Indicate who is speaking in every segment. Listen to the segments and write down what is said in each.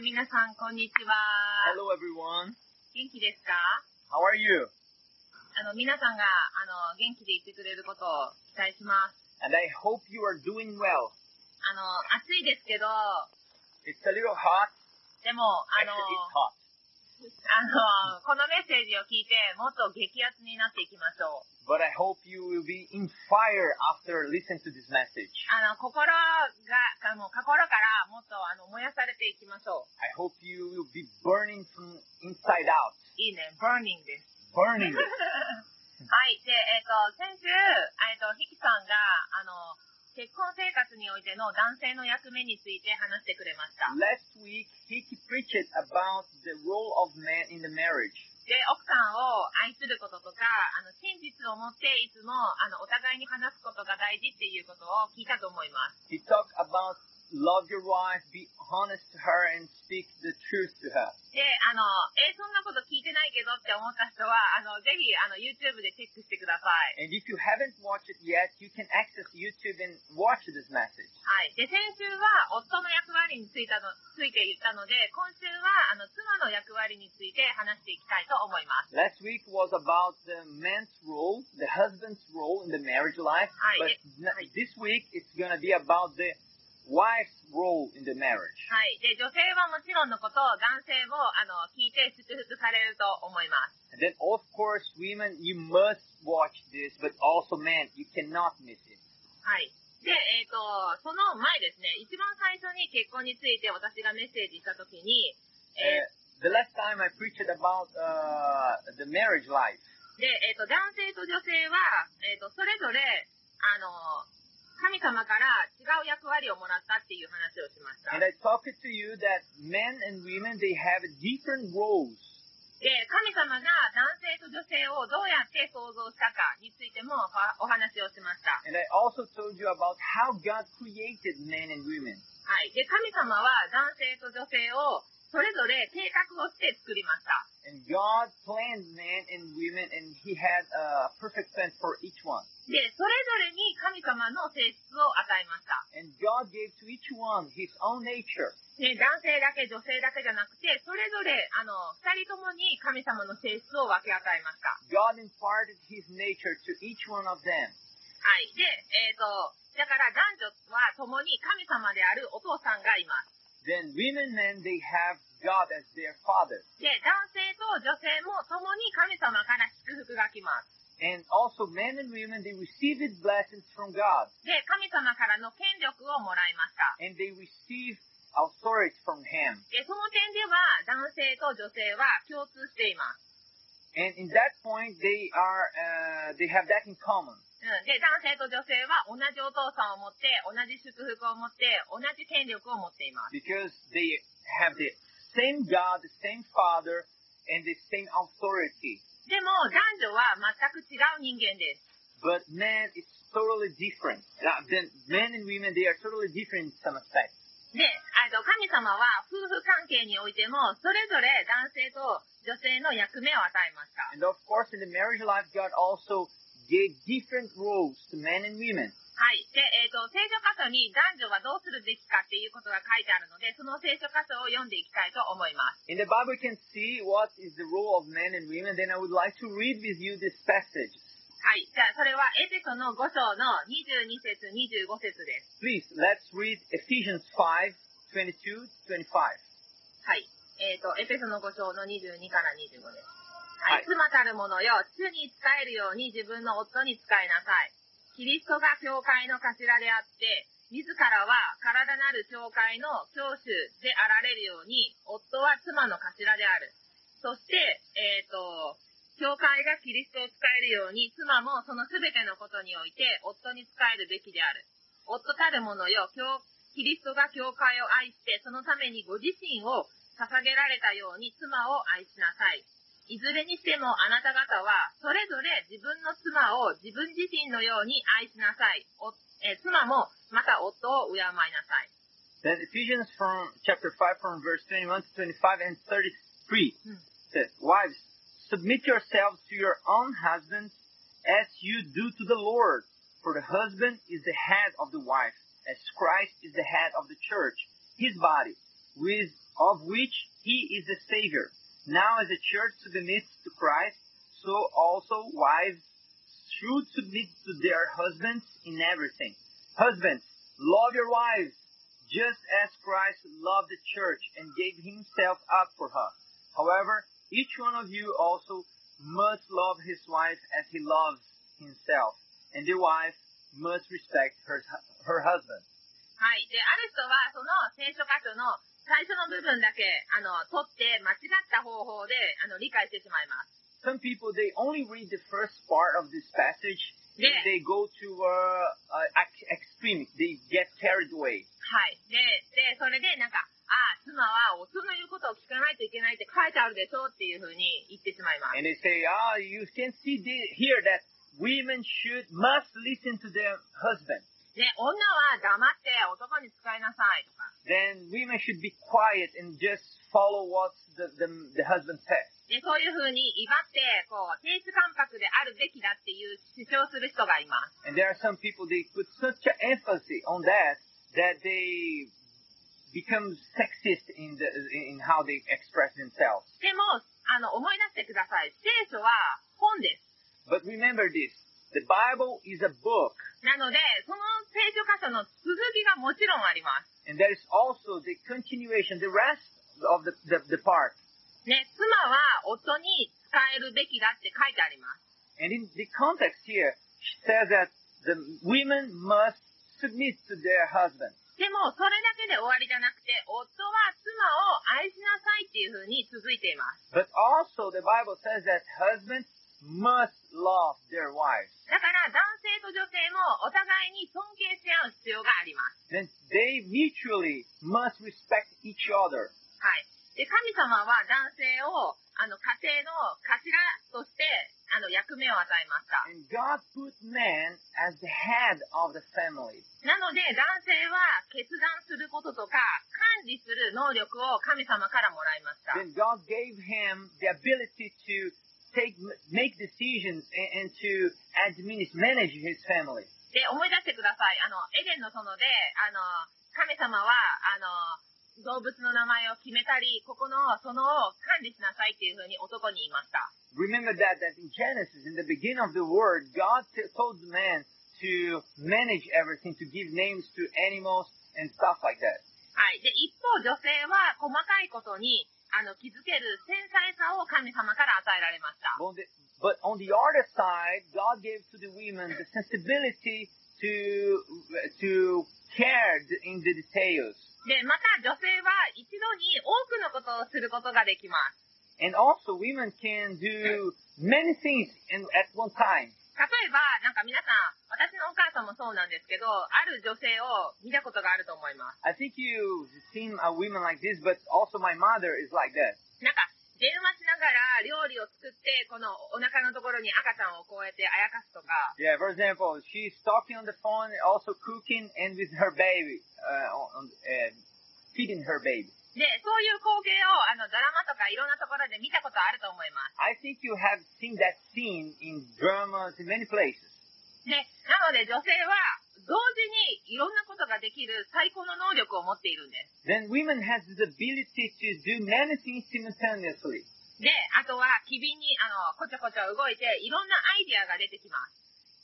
Speaker 1: 皆さん、こんにちは。
Speaker 2: Hello, everyone.
Speaker 1: 元気ですか
Speaker 2: How are you?
Speaker 1: あの、皆さんが、あの、元気でいてくれることを期待します。
Speaker 2: And I hope you are doing well.
Speaker 1: あの、暑いですけど、
Speaker 2: It's a little hot.
Speaker 1: でも、あの、
Speaker 2: Actually, it's hot.
Speaker 1: あの、このメッセージを聞いて、もっと激アツになっていきましょう。
Speaker 2: But I hope you will be in fire after listening to this message.
Speaker 1: あの、心が、あの、心からもっと、あの、燃やされていきましょう。
Speaker 2: I hope you will be burning from inside out.
Speaker 1: いいね、バーニングです。
Speaker 2: Burning.
Speaker 1: はい。で、えっ、と、先週、えっ、と、ヒキさんが、あの、結婚生活においての男性の役目について話してくれました。
Speaker 2: Last week, he preached about the role of man in the marriage.
Speaker 1: で、奥さんを愛することとか、あの、真実を持って、いつも、あの、お互いに話すことが大事っていうことを聞いたと思います。
Speaker 2: He talked about love your wife, be honest to her, and speak the truth to her.
Speaker 1: で、あの、えーそんなこと聞いてないけどって思った人は、あの、ぜひ、あの、YouTube でチェックしてください。
Speaker 2: And if you haven't watched it yet, you can access YouTube and watch this message.
Speaker 1: はい。で、先週は夫の役割についたの、ついて言ったので、今週は、あの、妻の役割について話していきたいと思います。
Speaker 2: Last week was about the man's role, the husband's role in the marriage life.
Speaker 1: Hi.
Speaker 2: But n- this week it's gonna be about the wife's role in the marriage.
Speaker 1: はい。で、女性はもちろんのこと、男性も、あの、聞いて祝福されると思います。
Speaker 2: And then of course, women, you must watch this, but also men, you cannot miss it.
Speaker 1: はい。で、えっ、と、その前ですね、一番最初に結婚について私がメッセージしたときに、えー
Speaker 2: Uh, the last time I preached about uh, the marriage life,
Speaker 1: で、えっ、と、男性と女性は、えっ、と、それぞれ、あの、神様から違う役割をもらったっていう話をしました。
Speaker 2: and I talked to you that men and women they have different roles.
Speaker 1: で、神様が男性と女性をどうやって創造したかについてもおお話をしました。
Speaker 2: And I also told you about how God created men and women.
Speaker 1: はい。で、神様は男性と女性をそれぞれ計画をして作りました。
Speaker 2: And God planned men and women, and He had a perfect plan for each one.
Speaker 1: で、それぞれに神様の性質を与えました。
Speaker 2: And God gave to each one His own nature.
Speaker 1: で、男性だけ女性だけじゃなくて、それぞれ、あの、二人ともに神様の性質を分け与えました。
Speaker 2: God imparted His nature to each one of them.
Speaker 1: はい。で、えっ、と、だから男女は共に神様であるお父さんがいます。
Speaker 2: Then women, men, they have God as their father.
Speaker 1: で、男性と女性も共に神様から祝福が来ます。
Speaker 2: And also men and women, they received blessings from God.
Speaker 1: で、神様からの権力をもらいました。
Speaker 2: And they received authority from Him.
Speaker 1: で、その点では男性と女性は共通しています。
Speaker 2: And in that point, they are, uh, they have that in common.
Speaker 1: うん、で、男性と女性は同じお父さんを持って、同じ祝福を持って、同じ権力を持っています。
Speaker 2: because they have the same God, the same Father, and the same authority.
Speaker 1: でも、男女は全く違う人間です。
Speaker 2: But man is totally different. Uh, Then men and women, they are totally different in some aspects.
Speaker 1: で、あの神様は夫婦関係においても、それぞれ男性と女性の役目を与えました。
Speaker 2: And of course, in the marriage life, God also gave different roles to men and women.
Speaker 1: はい。で、えっ、と、聖書箇所に男女はどうするべきかっていうことが書いてあるので、その聖書箇所を読んでいきたいと思います。
Speaker 2: In the Bible, you can see what is the role of men and women. Then I would like to read with you this passage.
Speaker 1: はい。じゃあ、それはエペソの5章の22節、25節です。
Speaker 2: Please, let's read Ephesians 5, 22, 25.
Speaker 1: はい。えっ、と、エペソの5章の22から25です。
Speaker 2: は
Speaker 1: はいい。妻たる者よ、主に仕えるように自分の夫に仕えなさい。キリストが教会の頭であって、自らは体なる教会の教主であられるように、夫は妻の頭である。そして、えっ、と、教会がキリストを使えるように、妻もその全てのことにおいて、夫に仕えるべきである。夫たる者よ、教キリストが教会を愛して、そのためにご自身を捧げられたように妻を愛しなさい。いずれにしてもあなた方は、それぞれ自分の妻を自分自身のように愛しなさい。おえ妻も、また夫を敬いなさい。
Speaker 2: Then Ephesians from chapter 5 from verse 21 to 25 and 33
Speaker 1: Hmm.
Speaker 2: says, Wives, submit yourselves to your own husbands as you do to the Lord. For the husband is the head of the wife, as Christ is the head of the church, his body, with, of which he is the Savior. Now as the church submits to Christ, so also wives should submit to their husbands in everything. Husbands, love your wives, just as Christ loved the church and gave himself up for her. However, each one of you also must love his wife as he loves himself, and the wife must respect her, her husband.
Speaker 1: はい。で、ある人は、その聖書箇所の最初の部分だけ、あの、取って間違った方法で、あの、理解してしまいます。
Speaker 2: Some people, they only read the first part of this passage, and
Speaker 1: Yeah.
Speaker 2: they go to uh, uh, ex- extreme, they get carried away.
Speaker 1: はい。で、で、それで、なんか、ああ、妻は夫の言うことを聞かないといけないって書いてあるでしょっていうふうに言ってしまいます。
Speaker 2: And they say, ah, you can see the, here that women should, must listen to their husband.
Speaker 1: で、女は黙って男に使いなさいとか。
Speaker 2: Then women should be quiet and just follow what the, the, the husband says.
Speaker 1: で、そういうふうに威張って、こう、亭主関白であるべきだっていう主張する人がいます。
Speaker 2: And there are some people they put such an emphasis on that that they become sexist in the in how they express themselves.
Speaker 1: でも、あの、思い出してください。聖書は本です。
Speaker 2: But remember this: the Bible is a book,
Speaker 1: なので、その聖書箇所の続きがもちろんあります。
Speaker 2: and there is also the continuation, the rest of the the, the part.
Speaker 1: ね、妻は夫に使えるべきだって書いてあります。
Speaker 2: And in the context here, she says that the women must submit to their husband.
Speaker 1: でも、それだけで終わりじゃなくて、夫は妻を愛しなさいっていう風に続いています。
Speaker 2: But also, the Bible says that husbands must love their wives.
Speaker 1: だから、男性と女性もお互いに尊敬し合う必要があります。
Speaker 2: Then they mutually must respect each other.
Speaker 1: はい。で、神様は男性を、あの、家庭の頭として、あの、役目を与えました。
Speaker 2: And God put man as the head of the family.
Speaker 1: なので、男性は決断することとか、管理する能力を神様からもらいました。
Speaker 2: Then God gave him the ability to take, make decisions and, and to administer, manage his family.
Speaker 1: で、思い出してください。あの、エデンの園で、あの、神様は、あの、動物の名前を決めたり、ここの園を管理しなさいっていうふうに男に言いました。
Speaker 2: Remember that, that in Genesis, in the beginning of the word, God t- told man to manage everything, to give names to animals and stuff like that.
Speaker 1: はい。で、一方、女性は細かいことに、あの、気づける繊細さを神様から与えられました。
Speaker 2: But on the, but on the other side, God gave to the women the sensibility to, to care in the details.
Speaker 1: で、また女性は一度に多くのことをすることができます。
Speaker 2: And also, women can do many things in, at one time.
Speaker 1: 例えば、なんか皆さん、私のお母さんもそうなんですけど、ある女性を見たことがあると思います。
Speaker 2: I think you've seen a woman like this, but also my mother is like that.
Speaker 1: なんか、電話しながら料理を作って、このお腹のところに赤ちゃんをこうやってあやかすとか、
Speaker 2: Yeah, for example, she's talking on the phone, also cooking, and with her baby, uh, on, uh, feeding her baby.
Speaker 1: で、そういう光景をあのドラマとかいろんなところで見たことあると思いま
Speaker 2: I think you have seen that scene in dramas in many places.
Speaker 1: す。で、なので女性は同時にいろんなことができる最高の能力を持っているんで
Speaker 2: Then women has this ability to do many things simultaneously.
Speaker 1: す。で、あとは機敏にあの、こちょこちょ動いていろんなアイデアが出てきます。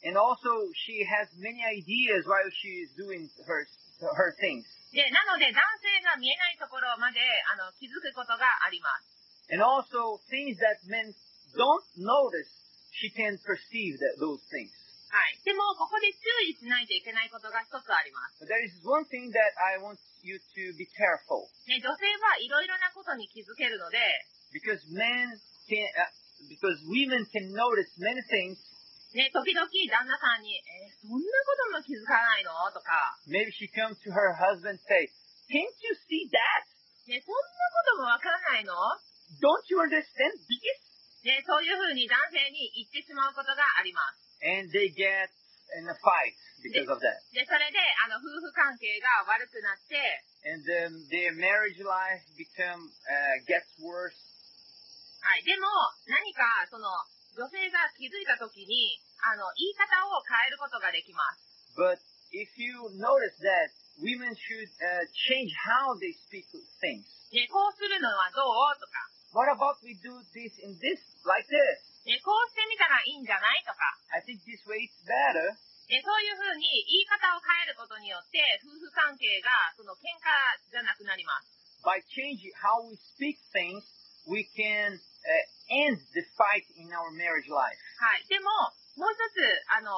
Speaker 2: And also, she has many ideas while she is doing her, her things.
Speaker 1: で、なので男性が見えないところまであの気づくことがあります。
Speaker 2: And also things that men don't notice, she can perceive that, those things.
Speaker 1: はい。でも、ここで注意しないといけないことが一つあります。
Speaker 2: But there is one thing that I want you to be careful.
Speaker 1: ね、女性はいろいろなことに気づけるので、
Speaker 2: Because men can, uh, because women can notice many things.
Speaker 1: ね、時々旦那さんに、えーそんなことも気づかないのとか、
Speaker 2: Maybe she comes to her husband say, can't you see that?
Speaker 1: ね、そんなこともわからないの
Speaker 2: Don't you understand this?
Speaker 1: ね、そういうふうに男性に言ってしまうことがありま
Speaker 2: And they get in a fight because of that.
Speaker 1: す。で、それで、あの、夫婦関係が悪くなって、
Speaker 2: And then their marriage life become, uh, gets worse.
Speaker 1: はい。でも、何か、その、女性が気づいた時に、あの、言い方を変えることができます。
Speaker 2: But if you notice that women should uh, change how they speak things.
Speaker 1: ね、こうするのはどうとか、
Speaker 2: What about we do this in this, like this?
Speaker 1: ね、こうしてみたらいいんじゃないとか、
Speaker 2: I think this way it's better.
Speaker 1: ね、そういうふうに言い方を変えることによって、夫婦関係がその喧嘩じゃなくなります。
Speaker 2: By changing how we speak things, we can uh, end the fight in our marriage life.
Speaker 1: はい。でも、もう一つ、あの、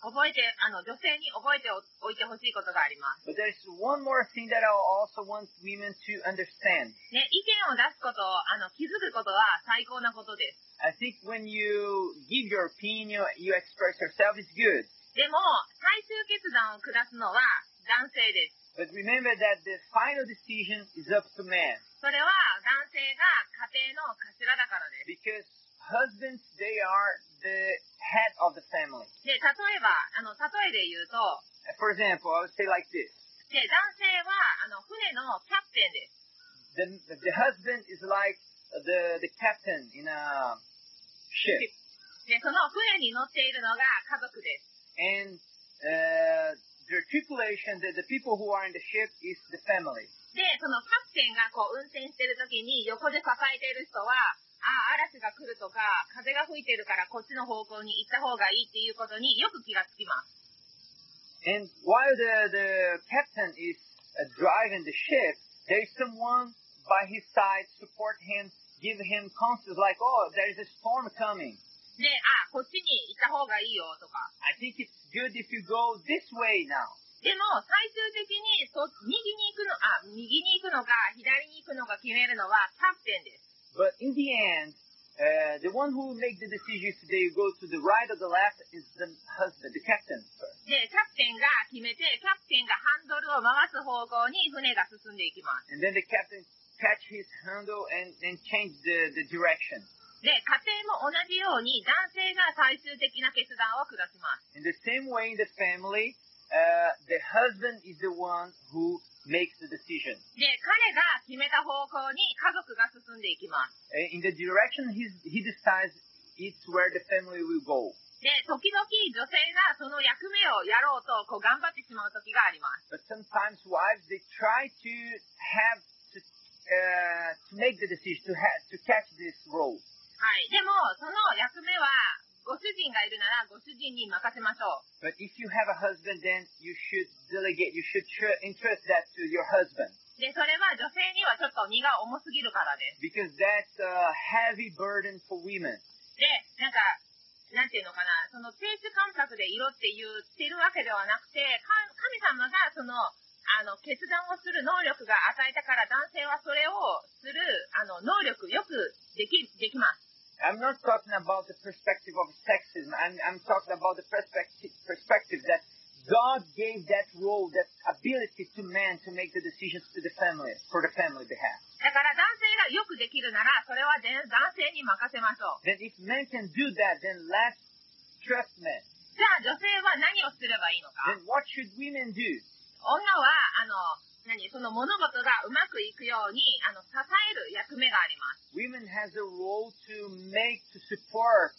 Speaker 1: 覚えて、あの、女性に覚えておおいてほしいことがあります。
Speaker 2: But there's one more thing that I also want women to understand.
Speaker 1: ね、意見を出すこと、あの、気づくことは最高なことです。
Speaker 2: I think when you give your opinion, you express yourself, it's good.
Speaker 1: でも、最終決断を下すのは男性です。
Speaker 2: But remember that the final decision is up to man.
Speaker 1: それは男性が家庭の頭だからです。
Speaker 2: Because husbands, they are the head of the family.
Speaker 1: で、例えば、あの、例えで言うと、
Speaker 2: For example, I would say like this.
Speaker 1: で、男性は、あの、船のキャプテンです。
Speaker 2: The, the husband is like the, the captain in a ship.
Speaker 1: で、その船に乗っているのが家族です。
Speaker 2: And uh, the tripulation, the, the people who are in the ship is the family.
Speaker 1: で、そのキャプテンがこう運転してる時に横で抱えている人は、ああ、嵐が来るとか、風が吹いてるからこっちの方向に行った方がいいっていうことによく気がつきます。
Speaker 2: And while the, the captain is uh, driving the ship, there's someone by his side support him, give him counsels like, oh, there's a storm coming.
Speaker 1: で、ああ、こっちに行った方がいいよとか。
Speaker 2: I think it's good if you go this way now.
Speaker 1: でも、最終的にそ、右に行くの、あ、右に行くのか、左に行くのか決めるのはキャプテンです。
Speaker 2: But in the end, uh, the one who make the decision if they go to the right or the left is the husband, the captain.
Speaker 1: で、キャプテンが決めて、キャプテンがハンドルを回す方向に船が進んでいきます。
Speaker 2: And then the captain catch his handle and, and change the, the direction.
Speaker 1: で、家庭も同じように男性が最終的な決断を下します。
Speaker 2: In the same way in the family, uh, the husband is the one who makes the decision.
Speaker 1: で、彼が決めた方向に家族が進んでいきます。
Speaker 2: Uh, In the direction he's, he decides, it's where the family will go.
Speaker 1: で、時々女性がその役目をやろうと、こう頑張ってしまう時があります。
Speaker 2: But sometimes wives, they try to have to, uh, to make the decision, to, ha- to catch this role.
Speaker 1: はい。でも、その役目は、ご主人がいるならご主人に任せましょう。
Speaker 2: But if you have a husband, then you should delegate, you should tr- entrust that to your husband.
Speaker 1: で、それは女性にはちょっと荷が重すぎるからです。
Speaker 2: Because that's a heavy burden for women.
Speaker 1: で、なんか、なんていうのかな、その亭主感覚でいろって言ってるわけではなくて、か神様がその、あの、決断をする能力が与えたから男性はそれをする、あの、能力、よくでき、できます。
Speaker 2: I'm not talking about the perspective of sexism. I'm, I'm talking about the perspective, perspective that God gave that role, that ability to man to make the decisions to the family, for the family behalf.
Speaker 1: だから男性がよくできるなら、それはで男性に任せましょう。
Speaker 2: Then if men can do that, then let's trust men.
Speaker 1: じゃあ女性は何をすればいいのか
Speaker 2: Then what should women do?
Speaker 1: 女は、あの、何その物事がうまくいくように、あの、支える役目があります。
Speaker 2: Women has a role to make, to support,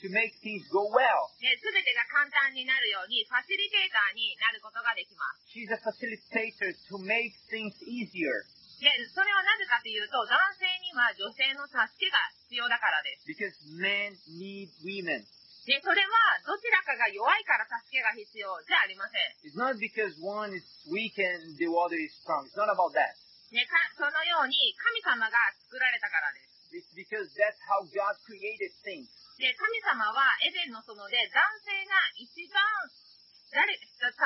Speaker 2: to make things go well.
Speaker 1: ね、すべてが簡単になるように、ファシリテーターになることができます。
Speaker 2: She's a facilitator to make things easier.
Speaker 1: で、それはなぜかというと、男性には女性の助けが必要だからで
Speaker 2: Because men need women.
Speaker 1: す。で、それはどちらかが弱いから助けが必要じゃありません。
Speaker 2: It's not because one is weak and the other is strong. It's not about that.
Speaker 1: ね、かそのように神様が作られたからです。
Speaker 2: It's because that's how God created things.
Speaker 1: で、神様はエデンの園で男性が一番誰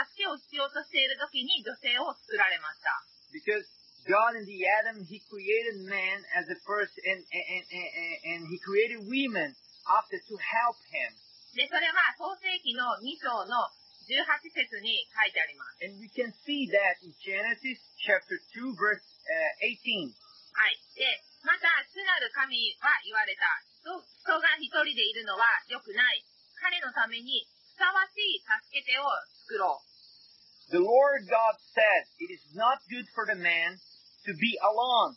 Speaker 1: 助けを必要としている時に女性を作られました。
Speaker 2: Because God in the Adam, He created man as the first, and and and, and, and He created women after to help Him.
Speaker 1: で、それは創世紀の2章の18節に書いてあります。
Speaker 2: And we can see that in Genesis chapter two, verse uh, eighteen.
Speaker 1: はい。で、また、主なる神は言われた。人人が一人でいるのは良くない。彼のためにふさわしい助け手を作ろう。
Speaker 2: The Lord God said, It is not good for the man to be alone.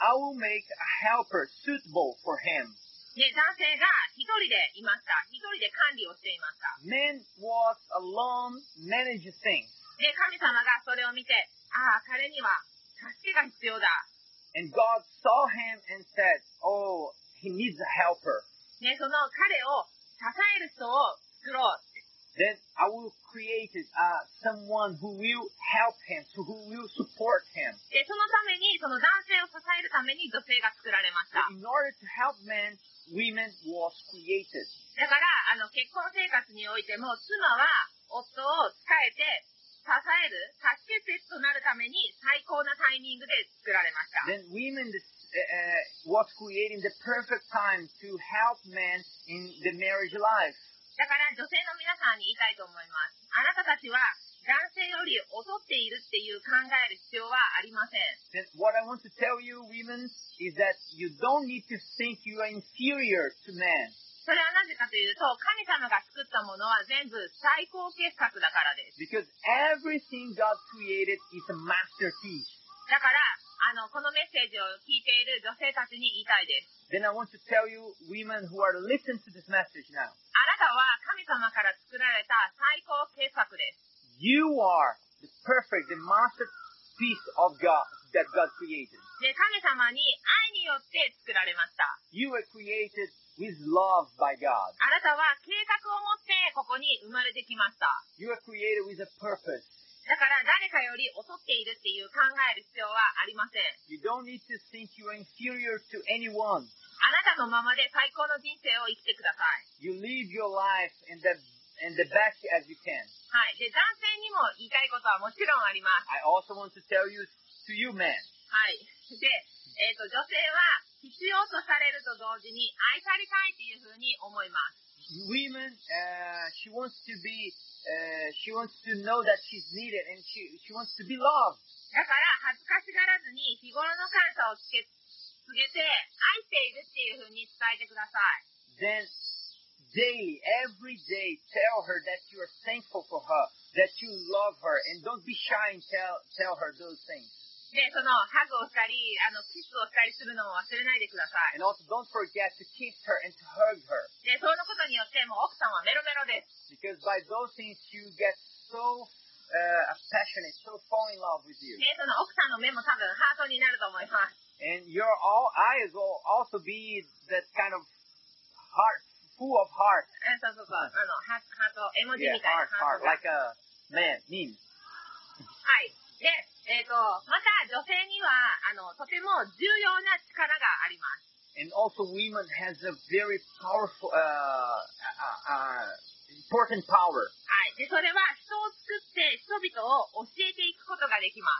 Speaker 2: I will make a helper suitable for him.
Speaker 1: で、男性が一人でいました。一人で管理をしていました。
Speaker 2: Man was alone managing things.
Speaker 1: で、神様がそれを見て、ああ、彼には助けが必要だ。
Speaker 2: And God saw him and said, Oh, he needs a helper.
Speaker 1: ね、その彼を支える人を作ろう。
Speaker 2: Then I will create uh, someone who will help him, so who will support him.
Speaker 1: で、そのために、その男性を支えるために女性が作られました。
Speaker 2: In order to help men, women was created.
Speaker 1: だから、あの、結婚生活においても、妻は夫を仕えて、支える、助けてとなるために最高なタイミングで作られました。
Speaker 2: Then women uh, was creating the perfect time to help men in the marriage life.
Speaker 1: だから女性の皆さんに言いたいと思います。あなたたちは男性より劣っているっていう考える必要はありません。
Speaker 2: Then what I want to tell you, women, is that you don't need to think you are inferior to men.
Speaker 1: それはなぜかというと、神様が作ったものは全部最高傑作だからです。
Speaker 2: Because everything God created is a masterpiece.
Speaker 1: だから、あの、このメッセージを聞いている女性たちに言いたいです。
Speaker 2: Then I want to tell you, women who are listening to this message now,
Speaker 1: あなたは神様から作られた最高傑作です。
Speaker 2: you are the perfect, the masterpiece of God that God created.
Speaker 1: で、神様に愛によって作られました。
Speaker 2: You were created with love by God.
Speaker 1: あなたは計画を持ってここに生まれてきました。
Speaker 2: You were created with a purpose.
Speaker 1: だから誰かより劣っているっていう考える必要はありません。
Speaker 2: You don't need to think you are inferior to anyone.
Speaker 1: あなたのままで最高の人生を生きてください。
Speaker 2: You live your life in the in the best as you can.
Speaker 1: はい。で、男性にも言いたいことはもちろんあります。
Speaker 2: I also want to tell you to you men,
Speaker 1: はい。で、えっ、と、女性は必要とされると同時に愛されたいっていうふうに思います。
Speaker 2: women. Uh, she wants to be. Uh, she wants to know that she's needed, and she she wants to be loved.
Speaker 1: だから恥ずかしがらずに日頃の感謝をつけ、告げて愛しているっていうふうに伝えてください。
Speaker 2: Then daily, every day, tell her that you are thankful for her, that you love her, and don't be shy and tell tell her those things.
Speaker 1: で、その、ハグをしたり、あの、キスをしたりするのも忘れないでください。
Speaker 2: And also, don't forget to kiss her and to hug her,
Speaker 1: で、そのことによって、もう奥さんはメロメロです。
Speaker 2: because by those things you get so uh, passionate, so fall in love with you.
Speaker 1: で、その奥さんの目も多分ハートになると思います。
Speaker 2: And your all eyes will also be that kind of heart, full of heart.
Speaker 1: うんそうそうそう。あの、ハハート、絵文字
Speaker 2: Yeah,
Speaker 1: みたいな
Speaker 2: heart,
Speaker 1: ハー
Speaker 2: heart,
Speaker 1: トが。は
Speaker 2: like a man, mean.
Speaker 1: い。で、えっ、と、また女性には、あの、とても重要な力があります。
Speaker 2: And also, women has a very powerful, uh, uh, uh, important power.
Speaker 1: はい。で、それは人を作って人々を教えていくことができま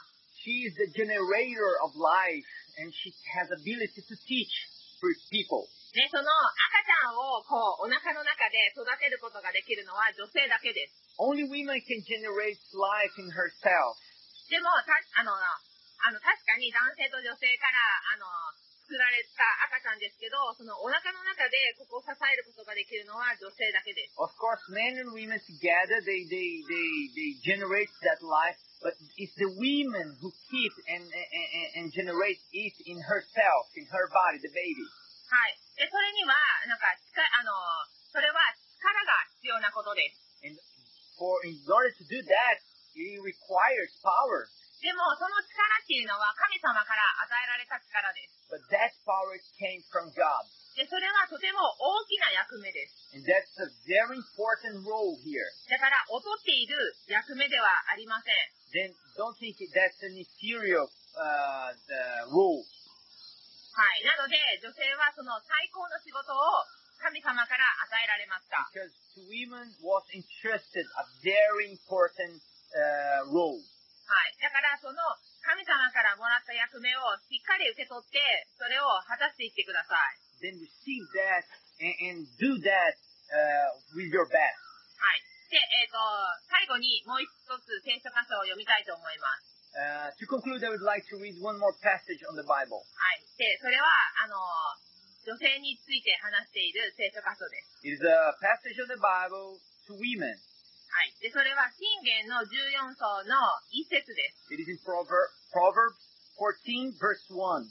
Speaker 1: す。
Speaker 2: She is the generator of life, and she has ability to teach for people.
Speaker 1: で、その赤ちゃんをこう、お腹の中で育てることができるのは女性だけです。
Speaker 2: Only women can generate life in herself.
Speaker 1: でも、た、あの、あの、確かに男性と女性から、あの、作られた赤ちゃんですけど、そのお腹の中でここを支えることができるのは女性だけです。
Speaker 2: Of course, men and women together, they, they, they, they generate that life, but it's the women who keep and, and, and generate it in herself, in her body, the baby.
Speaker 1: はい。で、それには、なんか、力あの、それは力が必要なことです。
Speaker 2: And for, in order to do that, it requires power,
Speaker 1: でも、その力っていうのは神様から与えられた力で
Speaker 2: but that power came from God.
Speaker 1: す。で、それはとても大きな役目です。
Speaker 2: And that's a very important role here.
Speaker 1: だから、劣っている役目ではありません。
Speaker 2: Then don't think that's an inferior uh, the role.
Speaker 1: はい。なので、女性はその最高の仕事を神様から与えられました。
Speaker 2: because to women was entrusted a very important uh, role.
Speaker 1: はい。だから、その、神様からもらった役目をしっかり受け取って、それを果たしていってください。
Speaker 2: Then receive that and, and do that uh, with your best.
Speaker 1: はい。で、えっ、と、最後にもう一つ聖書箇所を読みたいと思います。
Speaker 2: Uh, to conclude, I would like to read one more passage on the Bible.
Speaker 1: はい。で、それは、あの、女性について話している聖書箇所です。
Speaker 2: It is a passage of the Bible to women.
Speaker 1: はい。で、それは、信玄の14章の一節です。
Speaker 2: It is in Prover- Proverbs 14, verse 1.
Speaker 1: はい。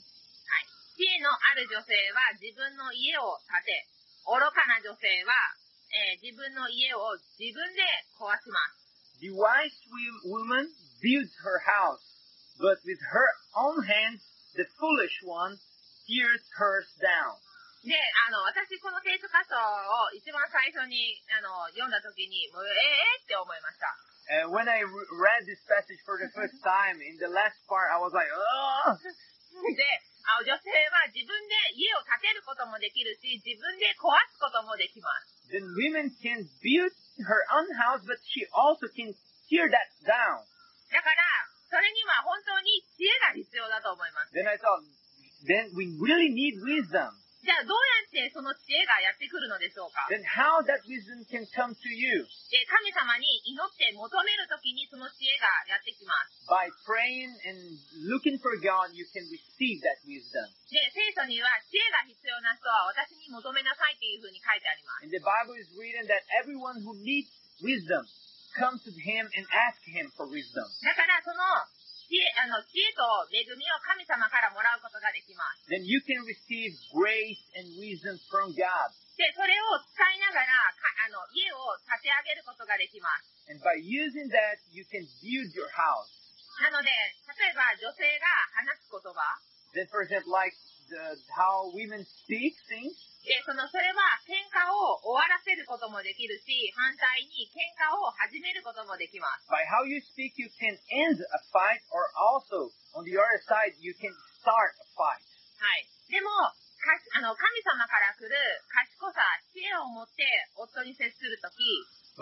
Speaker 1: 知恵のある女性は自分の家を建て、愚かな女性は、えー自分の家を自分で壊します。
Speaker 2: The wise wo- woman builds her house, but with her own hands, the foolish one tears hers down.
Speaker 1: で、あの、私この聖書箇所を一番最初に、あの、読んだ時に、もう、ええって思いました。
Speaker 2: Uh, when I re- read this passage for the first time, in the last part, I was like, oh,
Speaker 1: で、あ女性は自分で家を建てることもできるし、自分で壊すこともできます。
Speaker 2: the woman can build her own house, but she also can tear that down.
Speaker 1: だから、それには本当に知恵が必要だと思います。
Speaker 2: Then I thought, then we really need wisdom.
Speaker 1: じゃあ、どうやってその知恵がやってくるのでしょうか
Speaker 2: Then how that wisdom can come to you?
Speaker 1: で神様に祈って求めるときにその知恵がやってきます。
Speaker 2: By praying and looking for God, you can receive that wisdom.
Speaker 1: で、聖書には知恵が必要な人は私に求めなさいっていうふうに書いてあります。
Speaker 2: And the Bible is written that everyone who needs wisdom comes to Him and asks Him for wisdom.
Speaker 1: だから、その知恵、あの、知恵と恵みを神様からもらうことができます。
Speaker 2: Then you can receive grace and wisdom from God.
Speaker 1: で、それを使いながら、かあの、家を建て上げることができます。
Speaker 2: And by using that, you can build your house.
Speaker 1: なので、例えば女性が話す言葉、
Speaker 2: Then, for example, like the, how women speak things,
Speaker 1: で、その、それは喧嘩を終わらせることもできるし、反対に喧嘩を始めることもできます。
Speaker 2: by how you speak, you can end a fight, or also, on the other side, you can start a fight.
Speaker 1: はい。でも、かしあの神様から来る賢さ、知恵を持って夫に接するとき、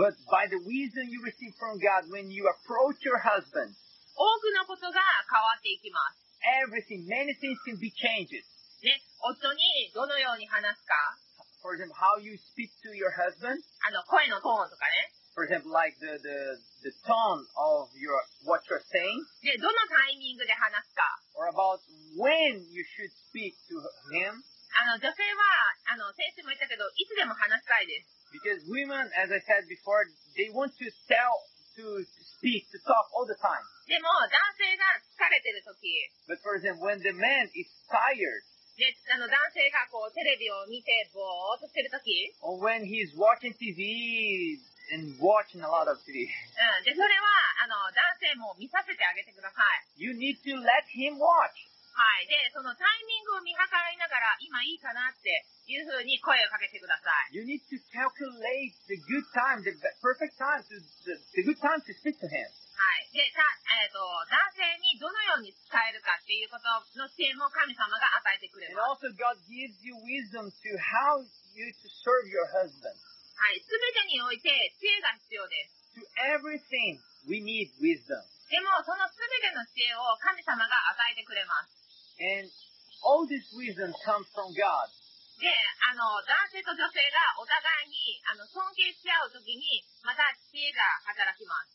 Speaker 2: But by the wisdom you receive from God, when you approach your husband,
Speaker 1: 多くのことが変わっていきます。
Speaker 2: everything, many things can be changed.
Speaker 1: ね、夫にどのように話すか、
Speaker 2: For example, how you speak to your husband,
Speaker 1: あの、声のトーンとかね。
Speaker 2: for example, like the, the, the tone of your, what you're saying,
Speaker 1: で、どのタイミングで話すか。
Speaker 2: or about when you should speak to him.
Speaker 1: あの、女性は、あの、先週も言ったけど、いつでも話したいです。
Speaker 2: Because women, as I said before, they want to tell, to speak, to talk all the time.
Speaker 1: でも、男性が疲れてるとき、
Speaker 2: But for example, when the man is tired,
Speaker 1: で、あの、男性がこう、テレビを見て、ぼーっとしてるとき、う
Speaker 2: or when he's watching TV and watching a lot of TV,
Speaker 1: ん。で、それは、あの、男性も見させてあげてください。
Speaker 2: you need to let him watch.
Speaker 1: はい。で、そのタイミングを見計らいながら、今いいかなっていうふうに声をかけてください。
Speaker 2: You need to calculate the good time, the the perfect time, to, the, the good time to speak to him.
Speaker 1: はい。で、た、えっ、と、男性にどのように伝えるかっていうことの知恵も神様が与えてくれ
Speaker 2: And
Speaker 1: ます。
Speaker 2: also God gives you wisdom to how you to serve your husband.
Speaker 1: はい。すべてにおいて知恵が必要で
Speaker 2: To everything, we need wisdom.
Speaker 1: す。でも、そのすべての知恵を神様が与えてくれます。
Speaker 2: And all this wisdom comes from God.
Speaker 1: で、あの、男性と女性がお互いに、あの、尊敬し合うときに、また知恵が働きます。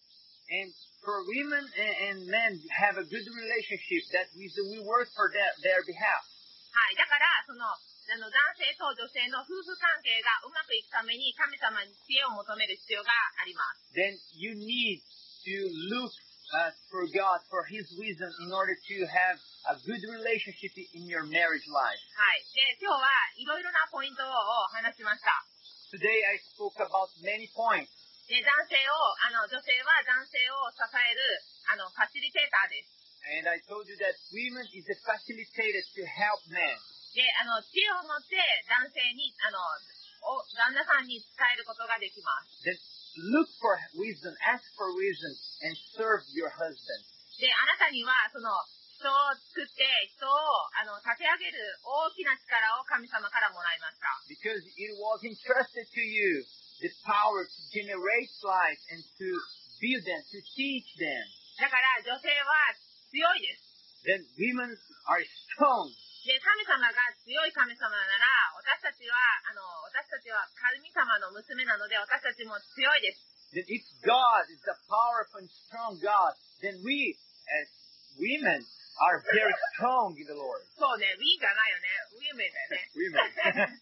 Speaker 2: And for women and, and men have a good relationship, that wisdom will work for their, their behalf.
Speaker 1: はい。だから、その、あの男性と女性の夫婦関係がうまくいくために神様に知恵を求める必要があります。
Speaker 2: Then you need to look uh, for God, for His wisdom, in order to have a good relationship in your marriage life.
Speaker 1: はい。で、今日はいろいろなポイントを話しました。
Speaker 2: Today I spoke about many points.
Speaker 1: で、男性を、あの、女性は男性を支える、あの、ファシリテーターです。
Speaker 2: And I told you that women is a facilitator to help men.
Speaker 1: で、あの、知恵を持って男性に、あの、お旦那さんに伝えることができます。
Speaker 2: Then look for wisdom, ask for wisdom, and serve your husband.
Speaker 1: で、あなたには、その、人を作って、人を、あの、立て上げる大きな力を神様からもらいました。
Speaker 2: because it was entrusted to you the power to generate life and to build them, to teach them.
Speaker 1: だから女性は強いです。
Speaker 2: Then women are strong.
Speaker 1: で、神様が強い神様なら、私たちは、あの、私たちは神様の娘なので、私たちも強いです。
Speaker 2: Then if God is a powerful and strong God, then we as women are very strong in the Lord.
Speaker 1: そうね、ウィンじゃないよね。ウィンメンだよね。
Speaker 2: Women.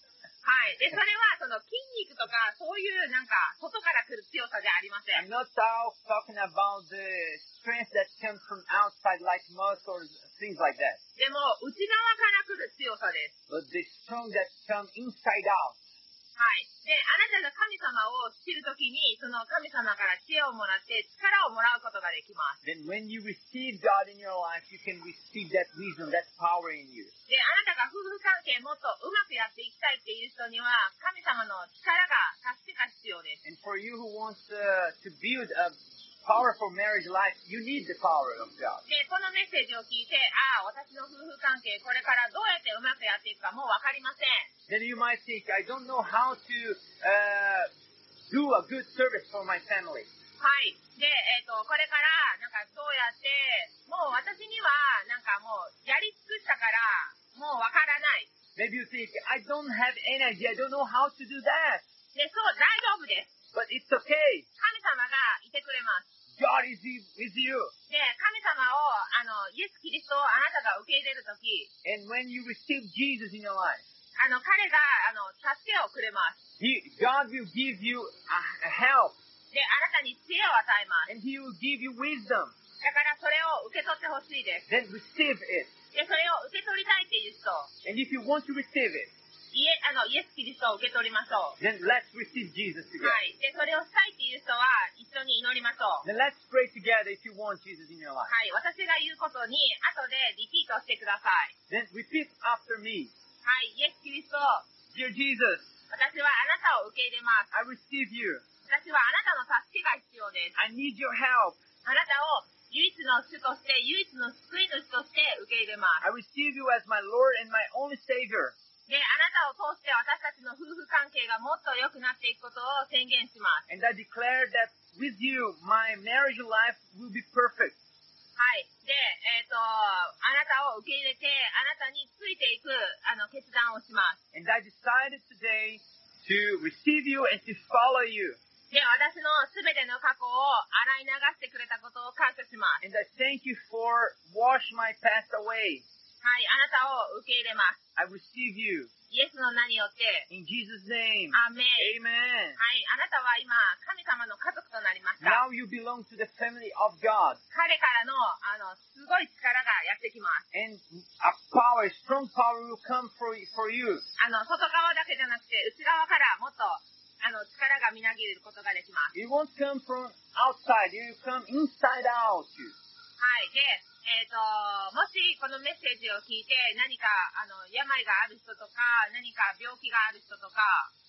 Speaker 1: はい。で、それは、その筋肉とか、そういうなんか、外から来る強さじゃありません。
Speaker 2: I'm not out talking about the strength that comes from outside like muscle or things like that,
Speaker 1: でも、内側から来る強さです。
Speaker 2: but the strength that comes inside out.
Speaker 1: はい。で、あなたが神様を知るときに、その神様から知恵をもらって力をもらうことができます。
Speaker 2: Then when you receive God in your life, you can receive that wisdom, that power in you.
Speaker 1: で、あなたが夫婦関係もっとうまくやっていきたいっていう人には、神様の力が助けが必要です。
Speaker 2: And for you who wants uh, to build a powerful marriage life, you need the power of God.
Speaker 1: で、このメッセージを聞いて、ああ、私の夫婦関係、これからどうやってうまくやっていくかもうわかりません。
Speaker 2: Then you might think, I don't know how to uh, do a good service for my family.
Speaker 1: はい。で、えっ、と、これから、なんかどうやって、もう私には、なんかもう、やり尽くしたから、もうわからない。
Speaker 2: Maybe you think, I don't have energy, I don't know how to do that.
Speaker 1: で、そう、大丈夫です。
Speaker 2: But it's okay.
Speaker 1: 神様がいてくれます。
Speaker 2: God is with you.
Speaker 1: で、神様を、あの、イエス・キリストをあなたが受け入れるとき、
Speaker 2: And when you receive Jesus in your life,
Speaker 1: あの、彼が、あの、助けをくれます。
Speaker 2: he, God will give you a, a help
Speaker 1: で、あなたに知恵を与えます。
Speaker 2: and He will give you wisdom.
Speaker 1: だから、それを受け取ってほしいです。
Speaker 2: Then receive it.
Speaker 1: で、それを受け取りたいっていう人、
Speaker 2: And if you want to receive it,
Speaker 1: イエあのイエス・キリストを受け取りましょう。
Speaker 2: then let's receive Jesus
Speaker 1: は
Speaker 2: together.
Speaker 1: い。で、それをしたいっていう人は、一緒に祈りましょう。
Speaker 2: Then let's pray together if you want Jesus in your life.
Speaker 1: はい。私が言うことに、後でリピートしてください。
Speaker 2: Then repeat after me.
Speaker 1: はい。イエス・キリスト、
Speaker 2: Dear Jesus,
Speaker 1: 私はあなたを受け入れます。
Speaker 2: I receive you.
Speaker 1: 私はあなたの助けが必要です。
Speaker 2: I need your help.
Speaker 1: あなたを唯一の主として、唯一の救い主として受け入れま
Speaker 2: I
Speaker 1: す。
Speaker 2: receive you as my Lord and my only Savior.
Speaker 1: で、あなたを通して私たちの夫婦関係がもっと良くなっていくことを宣言します。
Speaker 2: And I declare that with you, my marriage life will be perfect.
Speaker 1: はい。で、えっ、と、あなたを受け入れて、あなたについていく、あの、決断をします。
Speaker 2: And I decided today to receive you and to follow you.
Speaker 1: で、私のすべての過去を洗い流してくれたことを感謝します。
Speaker 2: And I thank you for wash my past away.
Speaker 1: はい。あなたを受け入れます。
Speaker 2: I receive you
Speaker 1: イエスの名によって、
Speaker 2: in Jesus' name.
Speaker 1: アーメン。
Speaker 2: Amen.
Speaker 1: はい。あなたは今、神様の家族となりました。
Speaker 2: Now you belong to the family of God,
Speaker 1: 彼からの、あの、すごい力がやってきます。
Speaker 2: and a power, a strong power, will come for for you.
Speaker 1: あの、外側だけじゃなくて、内側からもっと、あの、力がみなぎることができます。
Speaker 2: It won't come from outside; it will come inside out. you.
Speaker 1: はい。で、えっ、と、もしこのメッセージを聞いて、何か、あの、病がある人とか、何か病気がある人とか、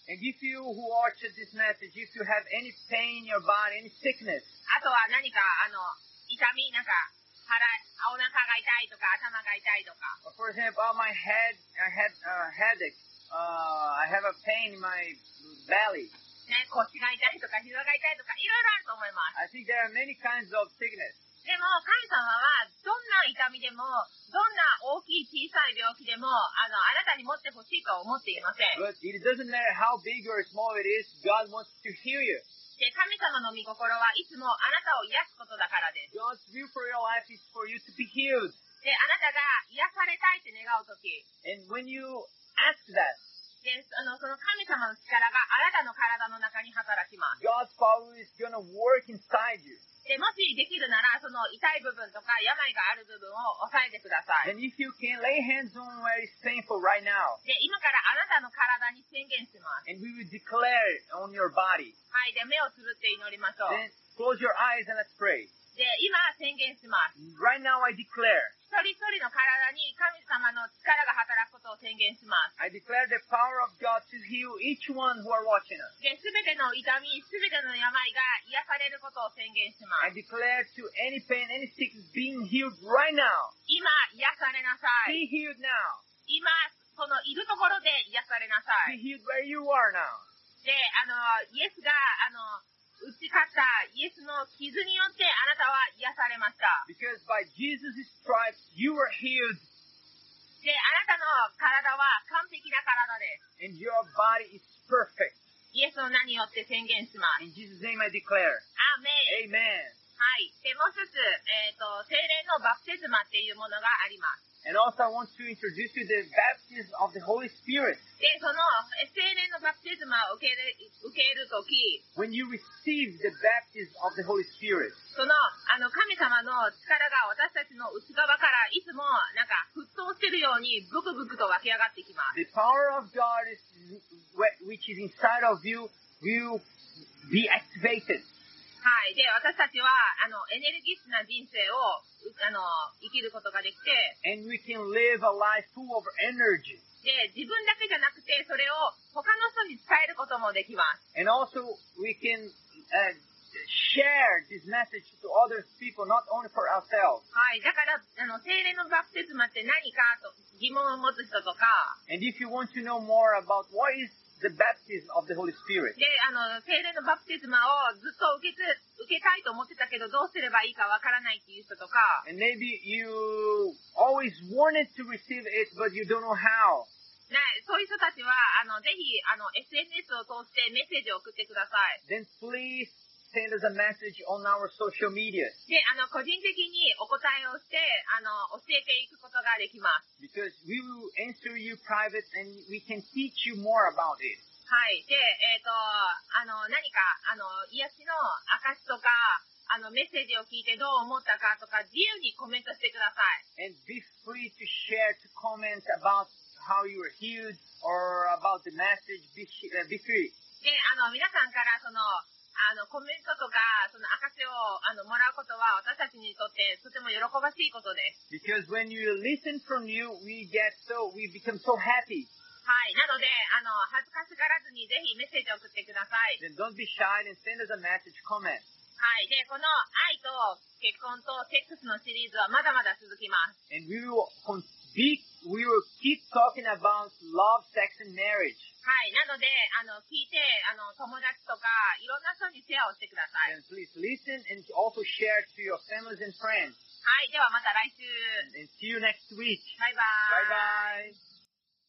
Speaker 2: And if you who watched this message, if you have any pain in your body, any sickness,
Speaker 1: あとは何か、あの、痛み、なんか、腹、あお腹が痛いとか、頭が痛いとか、
Speaker 2: Well, For example, on my head, I had a headache. Uh, I have a pain in my belly.
Speaker 1: ね、腰が痛いとか、膝が痛いとか、いろいろあると思います。
Speaker 2: I think there are many kinds of sickness.
Speaker 1: でも、神様は、どんな痛みでも、どんな大きい小さい病気でも、あの、あなたに持ってほしいとは思っていません。
Speaker 2: But it doesn't matter how big or small it is, God wants to heal you.
Speaker 1: で、神様の御心はいつもあなたを癒すことだからです。
Speaker 2: God's will for your life is for you to be healed.
Speaker 1: で、あなたが癒されたいって願うとき、
Speaker 2: And when you ask that,
Speaker 1: で、あの、その神様の力があなたの体の中に働きます。
Speaker 2: God's power is going to work inside you.
Speaker 1: で、もしできるなら、その痛い部分とか病がある部分を抑えてください。
Speaker 2: And if you can lay hands on where it's painful right now,
Speaker 1: で、今からあなたの体に宣言します。
Speaker 2: and we will declare it on your body,
Speaker 1: はい。で、目をつぶって祈りましょう。
Speaker 2: then close your eyes and let's pray.
Speaker 1: で、今宣言します。
Speaker 2: Right now I declare
Speaker 1: 一人一人の体に神様の力が働くことを宣言します。
Speaker 2: I declare the power of God to heal each one who are watching us.
Speaker 1: で、すべての痛み、すべての病が癒されることを宣言しま
Speaker 2: I
Speaker 1: す。
Speaker 2: declare to any pain, any sickness being healed right now.
Speaker 1: 今、癒されなさい。
Speaker 2: Be healed now.
Speaker 1: 今、そのいるところで癒されなさい。
Speaker 2: Be healed where you are now.
Speaker 1: で、あの、イエスが、あの、打ち勝ったイエスの傷によってあなたは癒されました。
Speaker 2: Because by Jesus' stripes you were healed
Speaker 1: で、あなたの体は完璧な体で
Speaker 2: and your body is perfect.
Speaker 1: す。イエスの名によって宣言します。
Speaker 2: In Jesus' name I declare.
Speaker 1: アーメン。
Speaker 2: Amen.
Speaker 1: はい。で、もう一つ、えっ、と、精霊のバプテスマっていうものがあります。
Speaker 2: And also I want to introduce you the baptism of the Holy Spirit.
Speaker 1: で、その、え精霊のバプテスマを受ける、受けるとき、
Speaker 2: When you receive the baptism of the Holy Spirit,
Speaker 1: その、あの、神様の力が私たちの内側からいつも、なんか、沸騰してるように、ブクブクと湧き上がってきます。
Speaker 2: the power of God is wh- which is inside of you will be activated.
Speaker 1: はい。で、私たちは、あの、エネルギッシュな人生を、うあの、生きることができて、
Speaker 2: And we can live a life full of energy.
Speaker 1: で、自分だけじゃなくて、それを他の人に伝えることもできます。
Speaker 2: And also we can uh, share this message to other people, not only for ourselves.
Speaker 1: はい。だから、あの、精霊のバプテスマって何かと疑問を持つ人とか、
Speaker 2: And if you want to know more about what is the baptism of the Holy Spirit,
Speaker 1: で、あの、精霊のバプテスマをずっと受けつ、受けたいと思ってたけど、どうすればいいかわからないっていう人とか、
Speaker 2: and maybe you always wanted to receive it, but you don't know how.
Speaker 1: ね、そういう人たちは、あの、ぜひ、あの、SNS を通してメッセージを送ってください。
Speaker 2: Then please send us a message on our social media
Speaker 1: で、あの、個人的にお答えをして、あの、教えていくことができます。
Speaker 2: because we will answer you private and we can teach you more about it.
Speaker 1: はい。で、えっ、と、あの、何か、あの、癒しの証とか、あの、メッセージを聞いてどう思ったかとか、自由にコメントしてください。
Speaker 2: And be free to share, to comment about how you were healed or about the message. Be, sh- uh, be free.
Speaker 1: で、あの、皆さんから、その、あの、コメントとか、その証を、あの、もらうことは、私たちにとって、とても喜ばしいことです。
Speaker 2: Because when you listen from you, we get so, we become so happy.
Speaker 1: はい。なので、あの、恥ずかしがらずに、ぜひメッセージを送ってください。
Speaker 2: Then don't be shy and send us a message, comment.
Speaker 1: はい。で、この愛と結婚とセックスのシリーズはまだまだ続きます。
Speaker 2: And we will con- be, we will keep talking about love, sex, and marriage.
Speaker 1: はい。なので、あの、聞いて、あの、友達とか、いろんな人にシェアをしてください。は
Speaker 2: And please listen and also share to your families and friends.
Speaker 1: い。ではまた来週。
Speaker 2: And see you next week.
Speaker 1: バイバーイ。
Speaker 2: Bye bye.